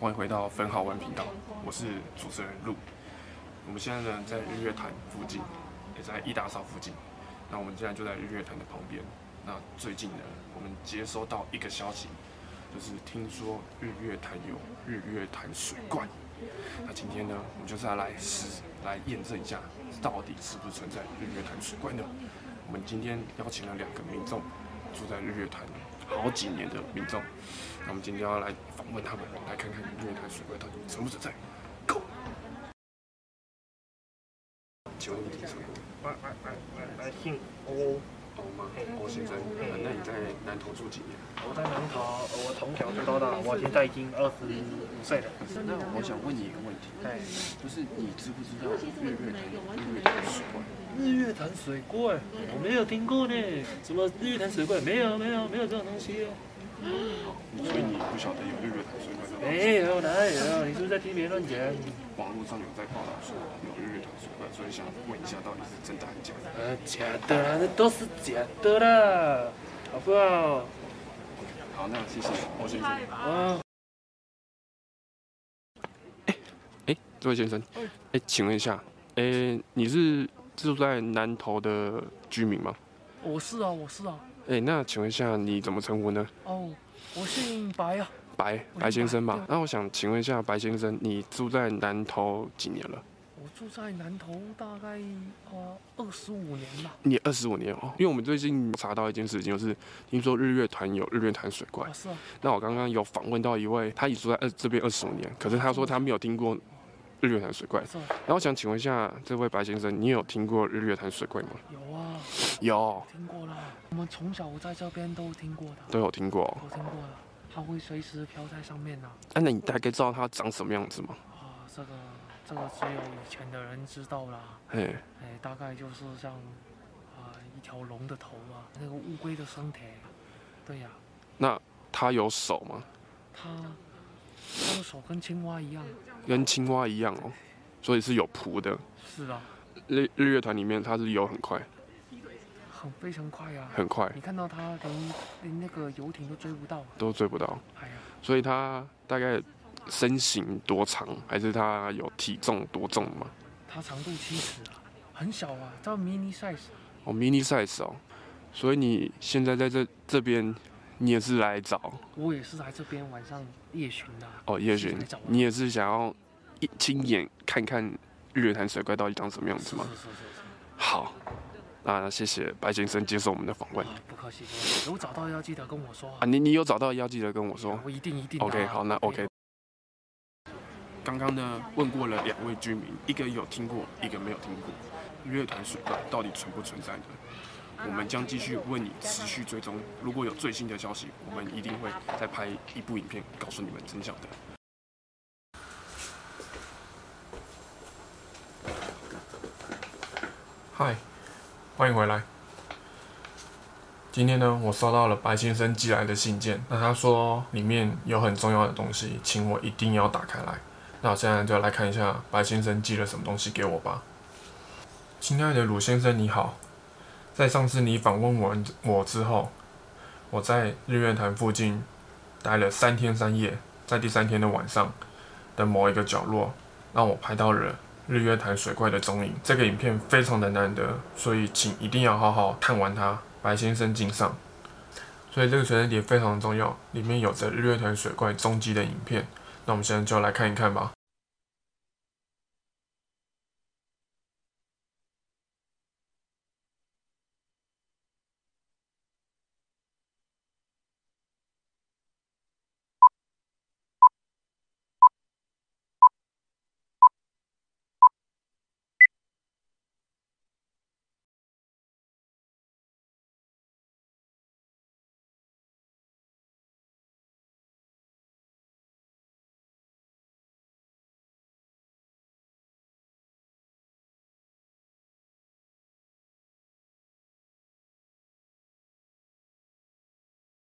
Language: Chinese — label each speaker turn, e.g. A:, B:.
A: 欢迎回到分号湾频道，我是主持人陆。我们现在呢在日月潭附近，也在一大少附近。那我们现在就在日月潭的旁边。那最近呢，我们接收到一个消息，就是听说日月潭有日月潭水怪。那今天呢，我们就是要来实来验证一下，到底是不是存在日月潭水怪呢？我们今天邀请了两个民众，住在日月潭好几年的民众，那我们今天要来访问他们，来看看日月潭水怪到底存不存在。Go！请问你听什么？
B: 我我我我姓
C: 哦
B: 欧，
A: 欧吗？欧先生，呃那你在南投住几年？
B: 我在南投，
C: 哦
B: 我从小住到大，我现在已经二十五岁了。
A: 那我想问你一个问题，
B: 哎，
A: 就是你知不知道日月潭有日月潭水怪？
C: 日月潭水怪，我没有听过呢。什么日月潭水怪？没有，没有，没有这种东西哦。
A: 所以你不晓得有日月潭水怪这个东西？
C: 没有，哪有？你是不是在听别人乱讲？
A: 网络上有在报道说有日月潭水怪，所以想问一下到底是真的还是假的？
C: 呃，假的啦，那都是假的啦，好不好？
A: 好，那谢谢欧先生。
C: 啊，
A: 哎，这位先生，哎，请问一下，哎，你是住在南投的居民吗？
C: 我是啊，我是啊。
A: 哎，那请问一下，你怎么称呼呢？
C: 哦，我姓白啊，
A: 白
C: 我
A: 白
C: 姓
A: 先生
C: 白
A: 吧。那我想请问一下，白先生，你住在南投几年了？
C: 我住在南投大概呃二十五年吧。
A: 你二十五年哦，因为我们最近查到一件事情，就是听说日月潭有日月潭水怪
C: 啊，。是啊，
A: 那我刚刚有访问到一位，他已住在二这边二十五年，可是他说他没有听过日月潭水怪。
C: 是啊，
A: 那我想请问一下，这位白先生，你有听过日月潭水怪吗？
C: 有啊，
A: 有，
C: 听过啦。我们从小在这边都听过的，
A: 都有听过哦。
C: 都听过的。它会随时飘在上面呐、
A: 啊，那你大概知道它长什么样子吗？
C: 啊，这个这个只有以前的人知道啦。
A: 嘿，
C: 哎，大概就是像啊、一条龙的头啊，那个乌龟的身体。对呀、
A: 那它有手吗？
C: 它它的手跟青蛙一样。
A: 跟青蛙一样哦，所以是有蹼的。
C: 是啊，
A: 日日月潭里面它是游很快，
C: 很非常快啊。
A: 很快
C: 你看到它连连那个游艇都追不到。
A: 都追不到，
C: 哎呀，
A: 所以它大概身形多长，还是它有体重多重吗？
C: 它长度七尺啊，很小啊，叫 mini size。
A: 哦，mini size 哦，所以你现在在这这边，你也是来找
C: 我也是来这边晚上夜巡的、
A: 哦，叶璇
C: 来找我，
A: 你也是想要一亲眼看看日月潭水怪到底长什么样子
C: 是
A: 吗
C: 是？是是
A: 好，那谢谢白先生接受我们的访问
C: 是。啊，不客气，不客气有找到要记得跟我说啊
A: 啊，。你你有找到要记得跟我说。
C: 我一定一定的啊。
A: OK，好，那
C: 对
A: OK。刚刚呢，问过了两位居民，一个有听过，一个没有听过。日月潭水怪到底存不存在呢？我们将继续为你持续追踪，如果有最新的消息，我们一定会再拍一部影片告诉你们真相的。嗨，欢迎回来。今天呢，我收到了白先生寄来的信件，那他说里面有很重要的东西，请我一定要打开来。那我现在就来看一下白先生寄了什么东西给我吧。亲爱的鲁先生，你好，在上次你访问我我之后，我在日月潭附近待了三天三夜，在第三天的晚上的某一个角落，让我拍到了日月潭水怪的踪影。这个影片非常的难得，所以请一定要好好看完它。白先生敬上。所以这个存证点非常重要，里面有着日月潭水怪踪迹的影片。那我们现在就来看一看吧。